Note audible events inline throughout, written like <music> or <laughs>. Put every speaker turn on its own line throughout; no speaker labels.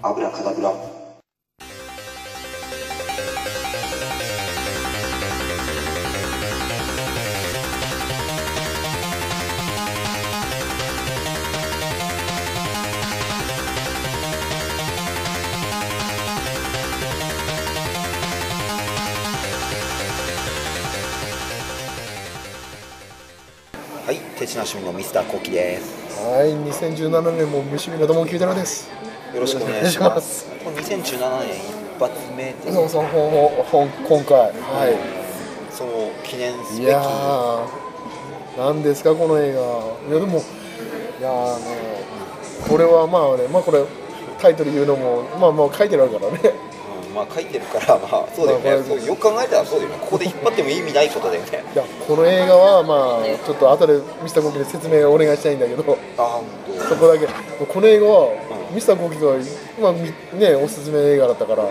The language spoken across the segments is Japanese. アブラカダブラ
はい、手品趣味のミスターコウキです。
はい、2017年も虫見のどもきゅうてなです。
よろしくお願いします。これ2017年一発目で、
そうそう、ほんほんほん今回、は
その記念すべ
い。
き。
いやー、なんですかこの映画。いやでも、いやーね、これはまあね、まあこれタイトル言うのも、まあまあ書いてあるからね。
うんまあ書いてるから、まあそうだよ
まあ
ね。
これ
そうよく考えたらそうだよね。ここで引っ張っても意味ないことだよ
<laughs>
ね。
いや、この映画はまあちょっと後でミスターコウキで説明お願いしたいんだけど。
あー、本
そこだけこの映画は、ミスターコウキが、まあみね、おすすめ映画だったから、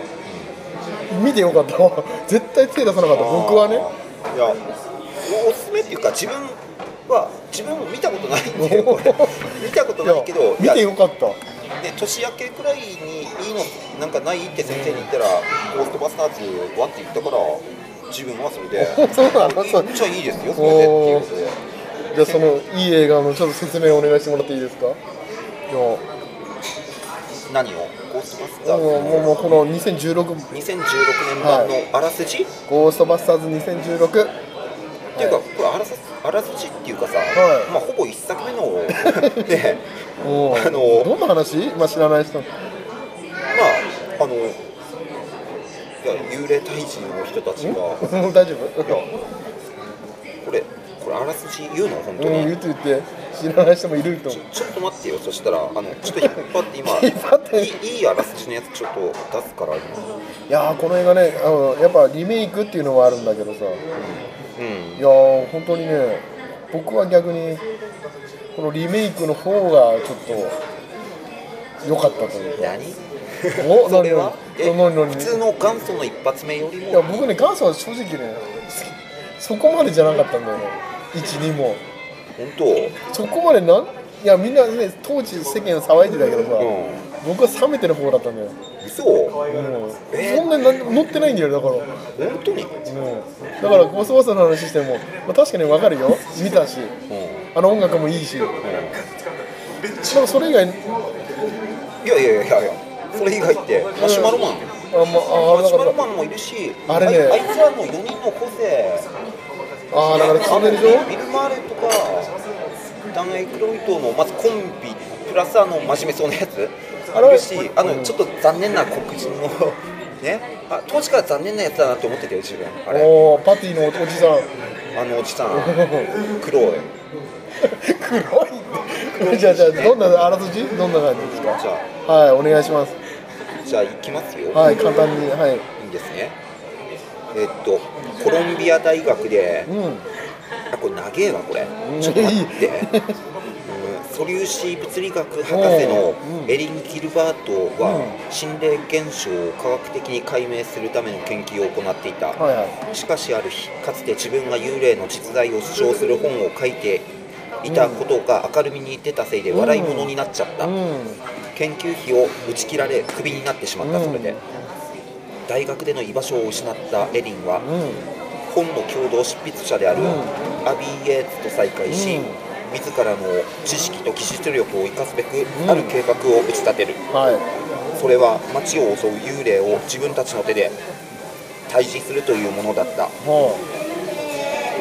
見てよかったわ、絶対手出さなかった、
当。
僕はね、
あー。いや、おおすすめっていうか自分は自分も見たことないんだよ。これ見たことないけど、
見て
いや
よかった、
で年明けくらいにいいのなんかないって先生に言ったら、ゴーストバスターズはって言ったから、自分はそれで、
<laughs> そうなのそう
めっちゃいいですよ、それでっていうことで。
じゃあ、そのいい映画のちょっと説明お願いしてもらっていいですか、いやも
何をゴーストバス
う
ターズ
もう
の
もうこの2016、
2016年版のあらすじ、
ゴーストバスターズ2016、
っていうか、これあらすあらすじっていうかさ、
い
まあ、ほぼ一作目の、
<laughs>
ね、
もう
あの
どんな話、まあ、知らない
<laughs>
人、
まあ、あの、いや幽霊退治の人たちが、い
もう大丈夫、
や、これ、これあらすじ言うの、本
う
当
ん、
に。
言うと言って、知らない人もいると思う。
ちょっと待ってよ、そしたら、あの、ちょっと引っ張って今、
<laughs> 引っ張って
いいいいあらすじのやつちょっと出すから、今。
いやーこの映画ねあのやっぱリメイクっていうのはあるんだけどさい
うん。
やー本当にね僕は逆にこのリメイクの方がちょっと良かった
<laughs>
というか
何
お
それは
何何何
え普通の元祖の一発目より
いや
も、
僕ね元祖は正直ねそそこまでじゃなかったんだよね12も
本当、うん、
そこまでなんいやみんなね当時世間騒いでたけどさ、僕は冷めてる方だったんだよ、
嘘
うん
えー
そんなに何乗ってないんだよだから
本当に
うんだからゴーストバスターズの話しても、まあ、確かにわかるよ見たし
うん。
あの音楽もいいしでもそれ以外あ
いやいやいやいや、それ以外って、マシュマロマン。
んまああ
マシュマ
だ
ロ
か
マンもいるし、
あれね
あいあいつらの4人の個性、
らああだからチャンネル上
ビル・マーレとか、ダン・エイクロイトのまずコンビ、プラスあの真面目そうなやつ、
あれ
あるし、あの
うん
ちょっと残念な黒人の、 <laughs> ねあ、当時から残念なやつだなと思ってたよ、自分、あれ、
おおパティのおじさん
あのお
<laughs>
じさん、クロエ。
黒い <laughs> じゃあじゃあどんなあらすじどんな感じです
じ
か
ゃ
はいお願いします
あ、じゃあ、行きますよ、
はい簡単にはい
い、いんですね。えっと、コロンビア大学で、
うん
あこれ長えわこれ
ん
ちょっと待って、うん、素粒子物理学博士の
おううん
エリン・ギルバートは
う
心霊現象を科学的に解明するための研究を行っていた、
はいはい
しかしある日かつて自分が幽霊の実在を主張する本を書いていたことが明るみに出たせいで笑い者になっちゃった、
う
研究費を打ち切られクビになってしまったそれで、
うん
大学での居場所を失ったエリンは、
んうん
本の共同執筆者である
うん
アビー・イエーツと再会し、
うん
自らの知識と技術力を生かすべく、
ん
ある計画を打ち立てる
はい
それは街を襲う幽霊を自分たちの手で退治するというものだった、
は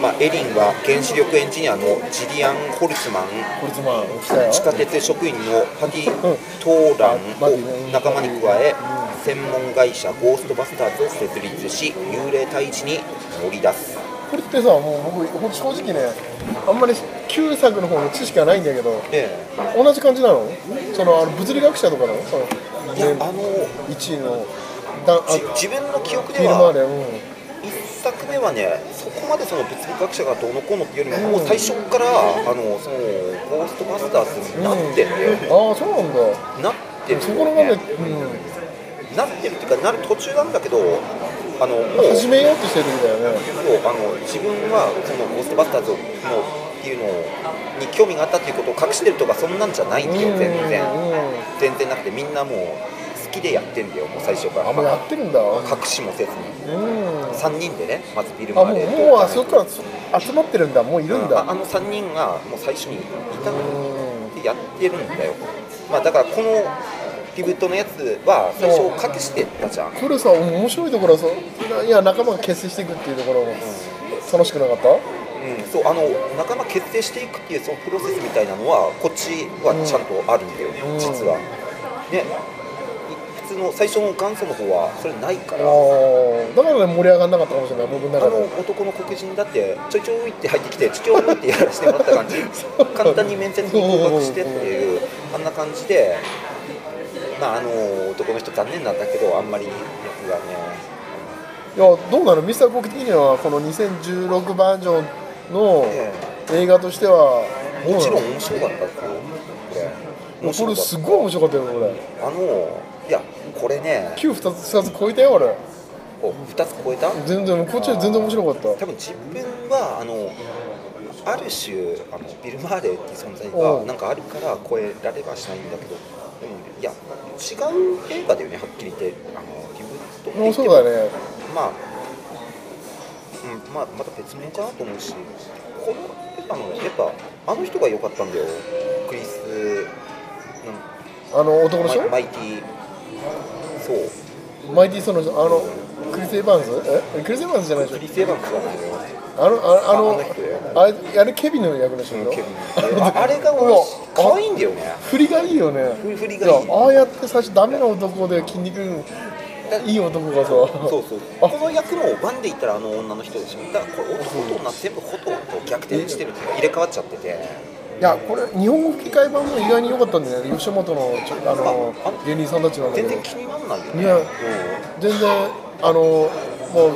まあ、エリンは原子力エンジニアのジリアン・ホルツマン
あこいつまあ来たよ
地下鉄職員のパティ・トーランを仲間に加え専門会社ゴーストバスターズを設立し幽霊退治に乗り出す
これってさもう僕ほんと正直ねあんまり旧作の方の知識がないんだけど
で
同じ感じなのそのあの物理学者とかなのその
いや
ね
あの
1位のだあ
じ自分の記憶
フィ
で
ルマー
は
レうん
一作目はねそこまでその物理学者がどうのこうのっていうよりももう最初からあのそのゴーストバスターズになってんだよ、
ああそうなん
な
だ
ってる
そこの
よ
まで、
ね
うん、
なってるっていうかなる途中なんだけどあのもう
始めようとしてるんだよね
そうあの自分はそのゴーストバスターズのっていうのに興味があったっていうことを隠してるとかそんなんじゃないんだよ全然
うんうん
全然なくてみんなもうきでやってんだよもう最初から
あもうやってるんだうん
隠しもせずに3人でねまずビル
あ
マ
も
ー
う
レ
もうあそこからそ集まってるんだもういるんだ
ああの3人がもう最初にいた
う
の
ん
でやってるんだよまあだからこのピブットのやつは最初隠してたじゃん
これさ面白いところはそういや仲間が結成していくっていうところ楽しくなかった
うん、そうあの仲間結成していくっていうそのプロセスみたいなのはこっちはちゃんとあるんだよ、
うん
実はねい普通の最初の元祖の方はそれないからあ
ああだからね盛り上がんなかったかもしれない僕の中
の
で
男の黒人だってちょいちょいって入ってきてちょいちょいってやらせてもらった
<laughs>
感じ簡単に面接に合格してっていうあんな感じでまああの男の人残念なんだけどあんまり役がね
いやどうなのミスターコー的にはこの2016バージョンの
え
映画としては
もちろん
どうなの
面白かったですよこれ面
こ
白か
れ
った
すごい面白かったよこれ
あのいやこれね
9 2つ2つ超えたよ俺
お2つ超えた
全然こっちは全然面白かった
多分自分はあのある種あのビル・マーレーっていう存在
う
が
ん
なんかあるから超えられはしないんだけどでもいや違う映画だよねはっきり言ってあのビブッと
もうそうだね
まあ、うんまあ、また別名かなと思うしこの映画のやっぱあの人が良かったんだよクリスなん
あの男の人
マイマイティそう
マイティーソーの人あのクリス・エヴァンスえクリス・エヴァンスじゃないで
ク
し
リス・エヴァンスじゃないのよ
ょあのあ
あ
あ
あ
の
の人だよ
あれあれケビンの役の人
ケ
で
ビ
し
ン
ょ
ああれ
<laughs>
が俺
うわ
可愛いんだよね
振りがいいよね
振り振りがいい
やああやって最初ダメな男で筋肉いい男がさ
そうそう
あ
この役もワンで言ったらあの女の人でしょだからこれ男と女全部ほとんど逆転してるっていうか入れ替わっちゃってて
いやこれ日本語吹き替え版も意外に良かったんだよね吉本のちょあの
ああ
芸人さんたちなんだけ
全
ど
然気にならないよね
ね全然あのもう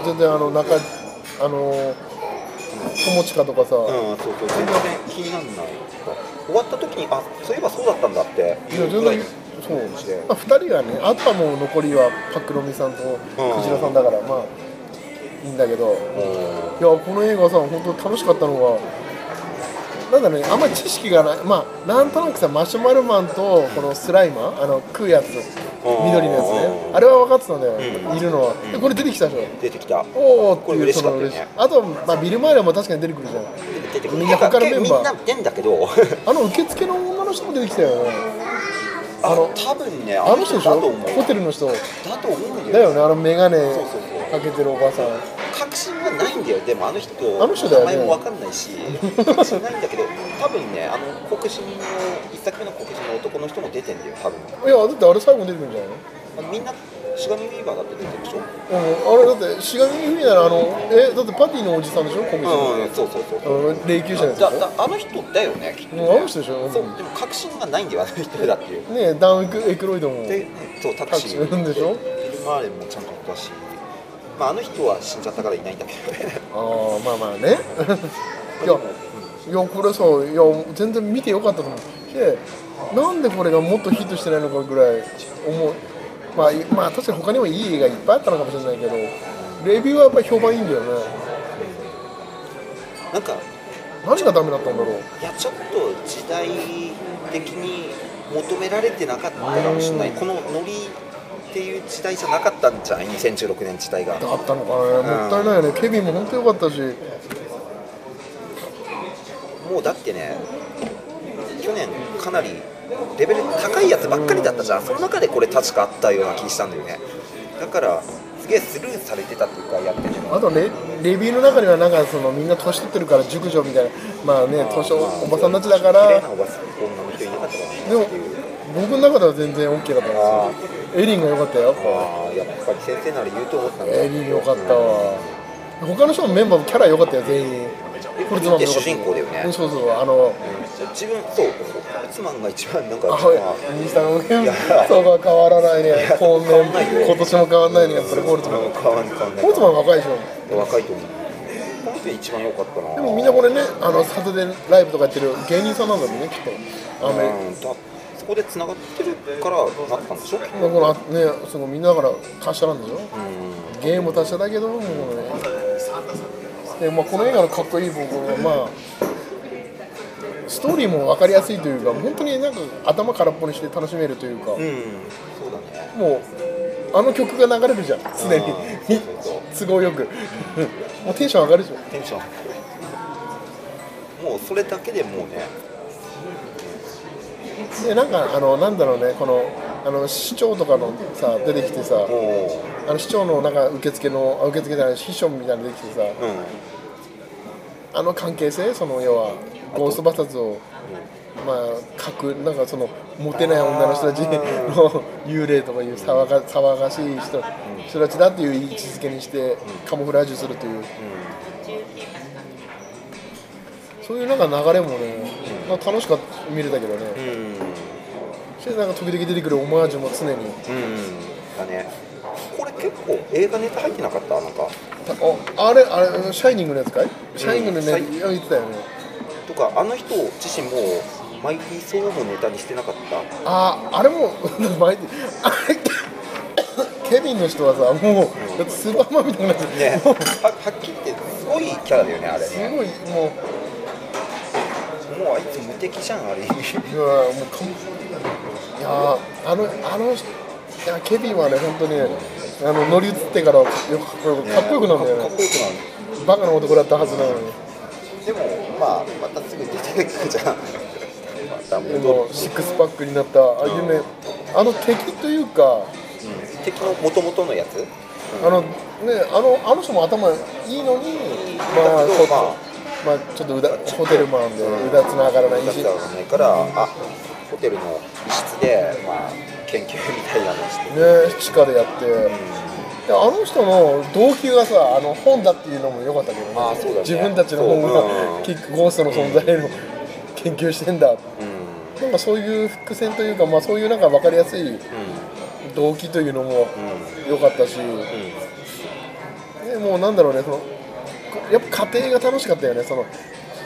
全然あの中あの友近とかさ、
うん、うん、そうそう全然気にならない終わった時にあそういえばそうだったんだって
いや
ぐ
全
らい
然
の
そう
感じで
まあ、2人はねあとはもう残りはパクロミさんとクジラさんだから、まあいいんだけどいや
うん
この映画さ本当楽しかったのがなんだろうねあんまり知識がないまあなんとなくさマシュマロマンとこのスライマーあの食うやつ緑のやつね
うん
あれは分かってたんだよ、
うん
いるのはでこれ出てきたでしょ
出てきた
おおって
これ
いう
嬉し
そ
かった
の
よね
嬉しいあとは、まあ、ビル・マイラーも確かに出てくるじゃん
出てくる
みんな他のメンバー
みんな出んだけど
あの受付の女の人も出てきたよね
あ
あ
の
の
多分ね
あの人でし
だ
ょ
と思う
ホテルの人
だと思うんだ
だ
よ
よねあの眼鏡
そうそうそう
かけてるおばさん
確信はないんだよでもあの人
あの人だよ
名
ね
前も分かんないし確信ないんだけど多分ねあの黒人の一作目の黒人の男の人も出てんだよ多分
いやだってあれ最後に出てくるんじゃない
あのみんなシガミビーバーだって出てるでしょ
の、うん、あれだってしがみふみならあのえだってパティのおじさんでしょ小道の、
うんそうそうそう
あの霊柩車のやつでし
だ
ょ
だあの人だよねきっと
うんあの人でしょ
そうでも確信がないんだよあの人だっていう
ねえダン・エクロイドも
で、ねそうタク
タク
シ
シ
ー
ーなんでし
ビ
ょ
ル・マーレンもちゃんといたしまああの人は死んじゃったからいないんだけどね
ああまあま
<laughs>
あねいやいやこれさいや全然見てよかったと思ってなんでこれがもっとヒットしてないのかぐらい思うまあ、いまあ確かに他にもいい映画いっぱいあったのかもしれないけどレビューはやっぱり評判いいんだよね
なんか
何がダメだったんだろう
いやちょっと時代的に求められてなかったかもしれない、このノリっていう時代じゃなかったんじゃない2016年時代が
だったのかなもったいないよねケビンも本当良かったし
もうだってね去年かなりレベル高いやつばっかりだったじゃんその中でこれ確かあったような気したんだよねだからすげえスルーされてたっていうかやってても
あとレレビューの中にはなんかそのみんな年取ってるから熟女みたいなまあね年おばさんたちだか
綺麗な
ら
おばさん女の人いなかったか
で
らね
も
っていう
僕の中では全然 OK だったん
あ
ですよエリンが良かったよ
ああやっぱり先生なら言うと思ったんだ
エリン良かったわ他の人もメンバーもキャラ良かったよ全員
これだって主人公だよね
うんそうそうあの
自分そうホルツマンが一番なんか
あはい西田のメンバーそうが変わらないね
や
今
変わんないよ
年今年も変わらないねやっぱりホルツマン
変わん変わんない
ホルツマン若いでしょ
若いと思うこの人一番良かったな
でもみんなこれねあのサタデーライブとかやってる芸人さんなんだろうねきっとあの、
うんだそこで繋がってるからなったんでしょ
だからねそのみんなだから達者なんでしょ
う
ゲームも達者だけどもうねで、まあ、この映画のかっこいい部分はまあストーリーも分かりやすいというか本当になんか頭空っぽにして楽しめるというか、
うんそうだね
もうあの曲が流れるじゃん常に
うんそうそう
都合よくもうテンション上がるじゃん
テンションもうそれだけでもうね
でなんかあのなんだろうねこのあの市長とかのさ出てきてさ
も
あの市長のなんか受付のあ受付じゃない秘書みたいなの出てきてさ
ううん
あの関係性その要はゴーストバスターズをまあ書くなんかそのモテない女の人たち
あー
の幽霊とかいう騒が騒がしい人人たちだっていう位置づけにしてカモフラージュするというそういうなんか流れもねなんか楽しかった見れたけどね
うんうん
そしてなんか時々出てくるオマージュも常に
うんだねこれ結構映画ネタ入ってなかったなんか
ああれあれシャイニングのやつかいシャイニングの
は
ね
い
言ってたよね
とかあの人自身もマイティー・ソーもネタにしてなかった
あああれも前であれケビンの人はさもうだってスーパーマンみたいになっちゃう
ねははっきり言ってすごいキャラだよねあれ
す
ね
ごいもう
もうあいつ無敵じゃ
<laughs>
んあれ意味
いやもう完いやーあのあの人いやケビンはね本当にあの乗り移ってからよくかっこよくかっこよくなるんだよ
かっ
ね
こよくなる
バカな男だったはずなのに
でもまあまたすぐ出てくるじゃんまた戻
で
る
もシックスパックになったあ夢あの敵というか
うん敵の元々のやつ
あのねあのあの人も頭いいのにまあ
だ
ち
けど
ょ
ま
っと
あ
まあちょっとうだホテルマンでうだつながらない
だっ
し、
たらないからあホテルの一室で、まあ、研究みたいなのをして
ね、地下でやって、であの人の動機がさあの本だっていうのも良かったけどね
あそうだね
自分たちの本
そうう
が
ん
キックゴーストの存在の研究してんだ
うんうん
なんかそういう伏線というか、まあ、そういうなんか分かりやすい動機というのも良かったし、でもうなんだろうねそのやっぱ家庭が楽しかったよねその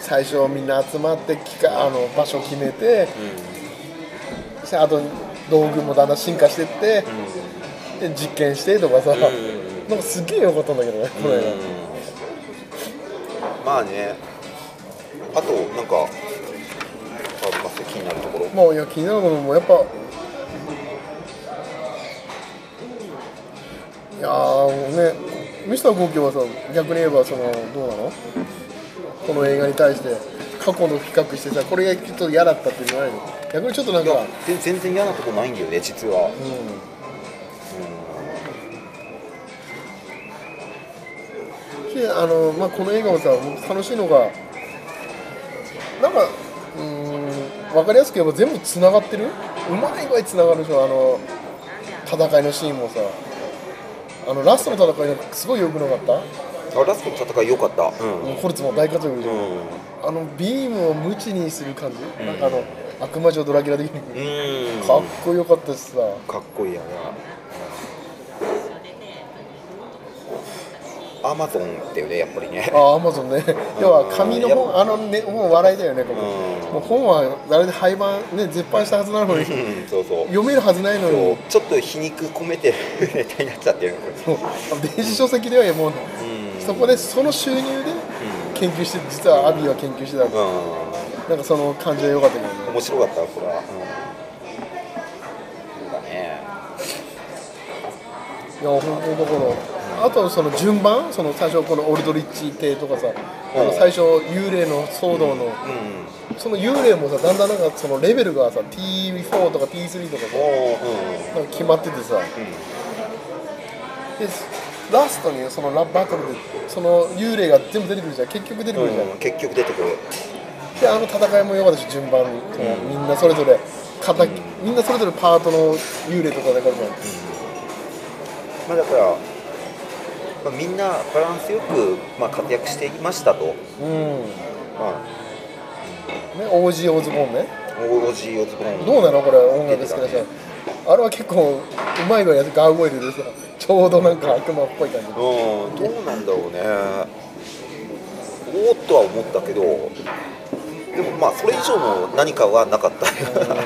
最初みんな集まってきかあの場所決めてそしてあと道具もだんだん進化してって、で実験してとかさ、なんかすげえ良かったんだけどねこれが、
うんまあねあとなんかあります気になるところ
もういや気になるものもやっぱいやーもうねミスターゴーキはさ逆に言えばそのどうなのこの映画に対して過去の比較してさこれがちょっと嫌だったっていうのないの逆にちょっとなん
い
か
やぜ全然嫌なとこないんだよね実は
しあの、まあ、この映画もさ僕楽しいのがなんかうーん分かりやすく言えば全部つながってるうまい具合つながるでしょあの戦いのシーンもさあのラストの戦いがすごい良くなかった
あラストの戦い良かったうん
もうホルツも大活躍で、
うん
あのビームを無知にする感じ、なんかあの悪魔女ドラキュラ的に
うん
かっこよかったしさ
かっこいいやなアマゾンだよねやっぱりね
あアマゾンね要は紙の
う
本あの、ね、本笑いだよねここ
うん
もう本は誰で廃盤ね絶版したはずなのに
うんそうそう
読めるはずないのに
ちょっと皮肉込めてるネタになっちゃってるのこれ
もう電子書籍ではもう
うん
そこでその収入で研究して実はアビーは研究してた
う
なんかその感じは良かったけどね
ん面白かったこれは、うんそうだね
いや本当だからあとその順番その最初このオルドリッチ邸とかさあの最初幽霊の騒動の
うん
その幽霊もさだんだんなんかそのレベルがさ T4 とか T3 とかさ
おー
なんか決まっててさ
うんうん
でラストにそのラバトルでその幽霊が全部出てくるじゃん結局出てくるじゃん、
うん結局出てくる
であの戦いも良かったし順番に、みんなそれぞれ肩みんなそれぞれパートの幽霊とかだからじゃん、
まあだから、まあ、みんなバランスよく、まあ、活躍していましたと、
うんね
ま
オージー・オズボーンね
あ、オージー・オズボーン
どうなのこれ音楽好きな人あれは結構うまいのやつガーゴイルでさちょうどなんか悪魔っぽい感じ
うんどうなんだろうねおーっとは思ったけどでもまあそれ以上の何かはなかったうん、だからね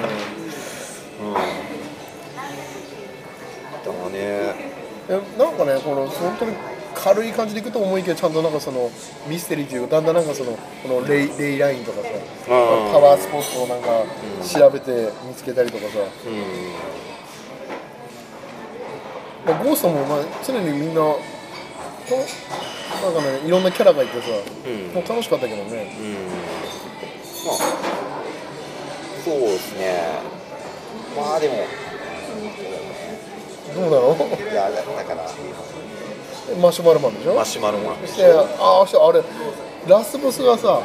えなんかねこの本当に軽い感じでいくと重いけどちゃんとなんかそのミステリーというかだんだんなんかそのこのレイレイラインとかさパワースポットをなんか調べて見つけたりとかさ、まあ、ゴーストもまあ常にみんなこうなんかねいろんなキャラがいてさ、
うん
もう楽しかったけどね
うんまあそうですねまあでも
どうだろ
いやだから
うマシュマロマンでしょ
マシュマロマン
そしてああそうあれラスボスがさ、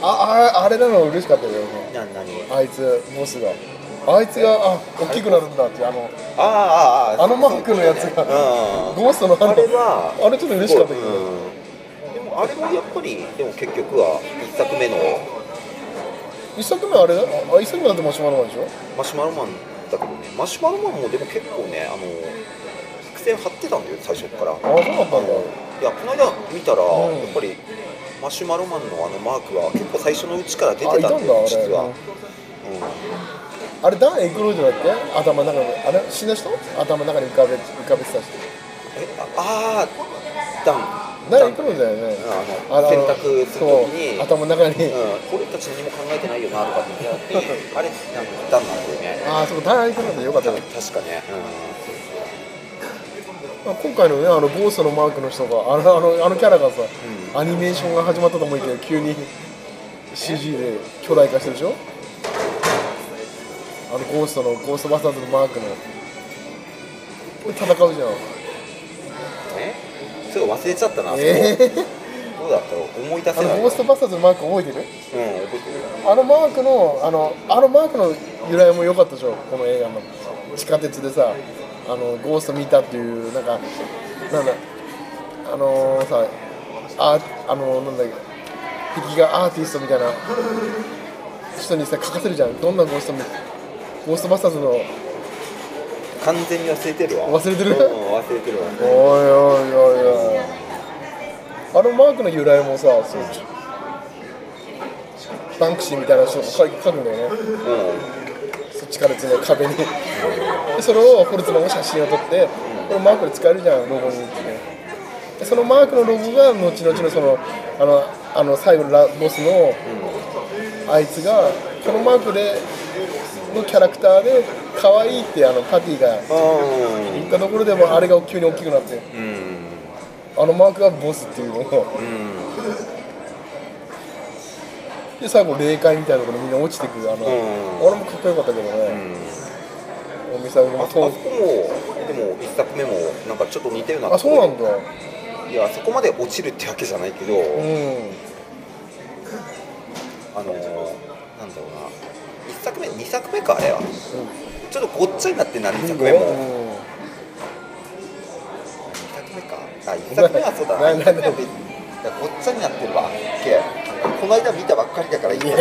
ああれあれなの嬉しかったけどね
な何あ
あいつボスがあいつがあ大きくなるんだってあの
あああ
あのマークのやつが
うん
ゴーストのあの
あれは
あれちょっと嬉しかったけど、
うんでもあれはやっぱりでも結局は1作目の
一作目あれだあ一作目だってマシュマロマンでしょ
マシュマロマンだけどねマシュマロマンもでも結構ねあの伏線張ってたんだよ最初から
あそうだったんだ
いやこの間見たら、
うん
やっぱりマシュマロマンのあのマークは結構最初のうちから出てた
あ
ん
い
だよ
たんだあれ
実は、
うん
う
あれダン・エクロイドだっけ頭の中にあれ死んだ人頭の中に浮かべ浮かべてた
ん、
人
えああーダンダ
ダン・エ
ン
クロイドだよね
あの洗濯するときに
そう頭の中
う
に、
ん、俺たち何も考えてないよなとかって思ってあれなんかダンなんだよね
ああそこダン・エクロイドよかったね
確かね、
まあ、今回のねあのゴーストのマークの人があのあのあのキャラがさ、
うん
アニメーションが始まったと思いきや急に CG で巨大化してるでしょあのゴーストのゴーストバスターズのマークので戦うじゃん
うん、えそう忘れちゃったな、
ええ
そこどうだったろう思い出
<laughs> あ
せ
の
ない
ゴーストバスターズのマーク覚えてる
うん覚えてる
あのマークのあのあのマークの由来も良かったでしょこの映画の地下鉄でさあのゴースト見たっていうなんかなんだあのー、さああのー、なんだっけ壁画アーティストみたいな人にさ書かせるじゃんどんなゴースト見ゴーストバスターズのおい
完全に忘れてるわ
忘れてる
うん、忘れてるわ
おいおいおいあのマークの由来もさそうバンクシーみたいな人が書くんだよね
う
そっちからの壁にでそれをホルツマンが写真を撮ってこれマークで使えるじゃんロゴにってでそのマークのロゴが後々のそのあのあの最後のラボスのあいつがこのマークでのキャラクターで可愛いってあのパティが
ん
言ったところでもあれが急に大きくなって
うん
あのマークがボスっていうのを
うん
で最後霊界みたいなところにみんな落ちてくるあの、
ん
俺もかっこよかったけどね、お店
ああ
も
そ
通
こも
っ
でも一作目もなんかちょっと似たような
あそうなんだ
いやそこまで落ちるってわけじゃないけど、
うん
あのー、なんだろうな一作目二作目かあれはちょっとごっちゃになってんな二作目も二作目かあ一作目はそうだ <laughs> な
な
一作目は
な
別いやごっちゃになってるわけこの間見たばっかりだからいいや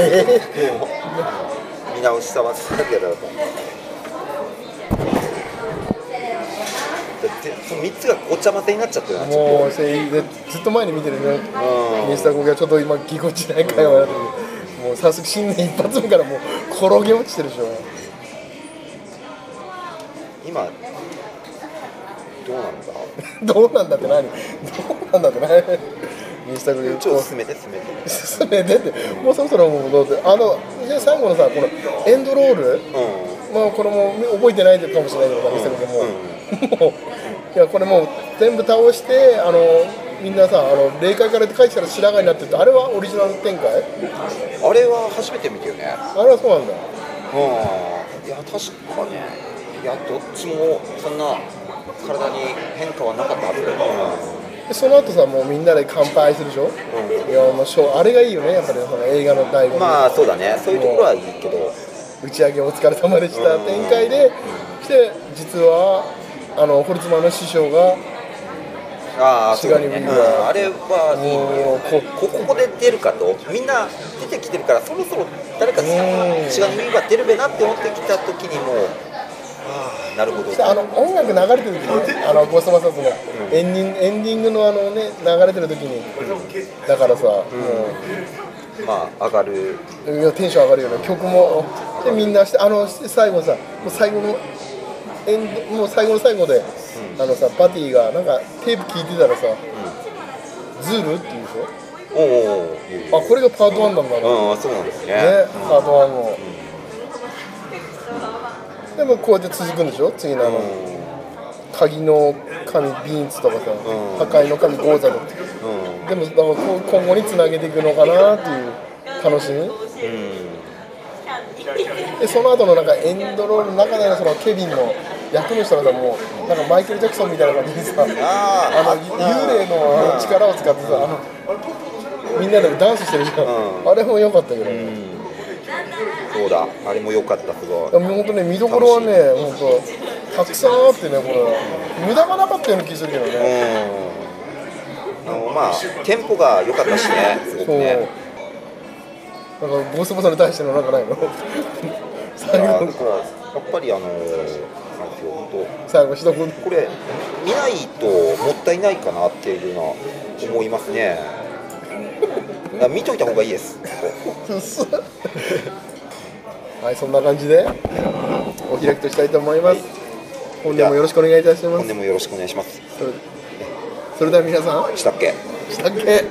見直したばっかりだからと思ってでその3つがごちゃ混ぜになっちゃってるなちょっ
もうそれでずっと前に見てるね
うん
ミスターコキはちょっと今ぎこちない会話になってるもう早速新年一発目からもう転げ落ちてるでしょ
と今どうなんだ
どうなんだって何どうなんだって何ミスターコキ
一応進めて進めて
進めてってもうそろそろもうどうせあのじゃあ最後のさこのエンドロール
うん
まあこれも覚えてないかもしれないけどミスターコキもうもういやこれもう全部倒してあのみんなさあの霊界から帰ってきたら白髪になってるってあれはオリジナル展開
あれは初めて見たよね
あれはそうなんだ
うんいや確かねいやどっちもそんな体に変化はなかったはずだよ、
でその後さもうみんなで乾杯するでしょ、いやもうショーあれがいいよねやっぱりその映画の醍醐味、
まあそうだねそういうところはいいけど
打ち上げお疲れ様でした展開でそして実はあのホルツマンの師匠が
ああそうだね、
違う
うん、
理由は
あれはいい
もうこ
ここで出るかとみんな出てきてるからそろそろ誰か違
うん
う人が出るべなって思ってきた時にもうああなるほど
そしてあの音楽流れてる時ねあのゴーストマスターズのエンディングエンディングのあのね流れてる時にだからさ、も
まあ上がる
ういやテンション上がるよね曲もでみんなしてあの最後さもう最後のエンドもう最後の最後で、あのさパティがなんかテープ聴いてたらさ、
う
ズールっていうでし
おお
ょあこれがパート1なんだな、ね
うんそうなんですね
パート1の、でもこうやって続くんでしょ次のあの、鍵の神ビーンツとかさ、
ん
破壊の神ゴーザとか
うん、うん
でもだからこう今後につなげていくのかなっていう楽しみでその後のなんかエンドロールの中でのそのケビンの役の人がさもうなんかマイケル・ジャクソンみたいな感じでさ
あ
あ
ー
のゆ幽霊の力を使ってさあのみんなでダンスしてるじゃん、
うん
あれも良かったけど、
そうだあれも良かったすごい
本当ね見どころはね本当たくさんあってねこれ無駄がなかったような気するけど
う
ね、
んあのまあテンポが良かったしねすごく
そう
ね
なんかゴーストボーさんに対してのなんかないの <laughs>
だから
最後
やっ
の
ぱりあのなんですよ本
最後一言
当これ見ないともったいないかなっていうのは思いますねだから見といた方がいいです
嘘 <laughs> はいそんな感じでお開きとしたいと思います、本年もよろしくお願いいたしま
本
す
年もよろしくお願いします
それそれでは皆さん
したっけ
したっけ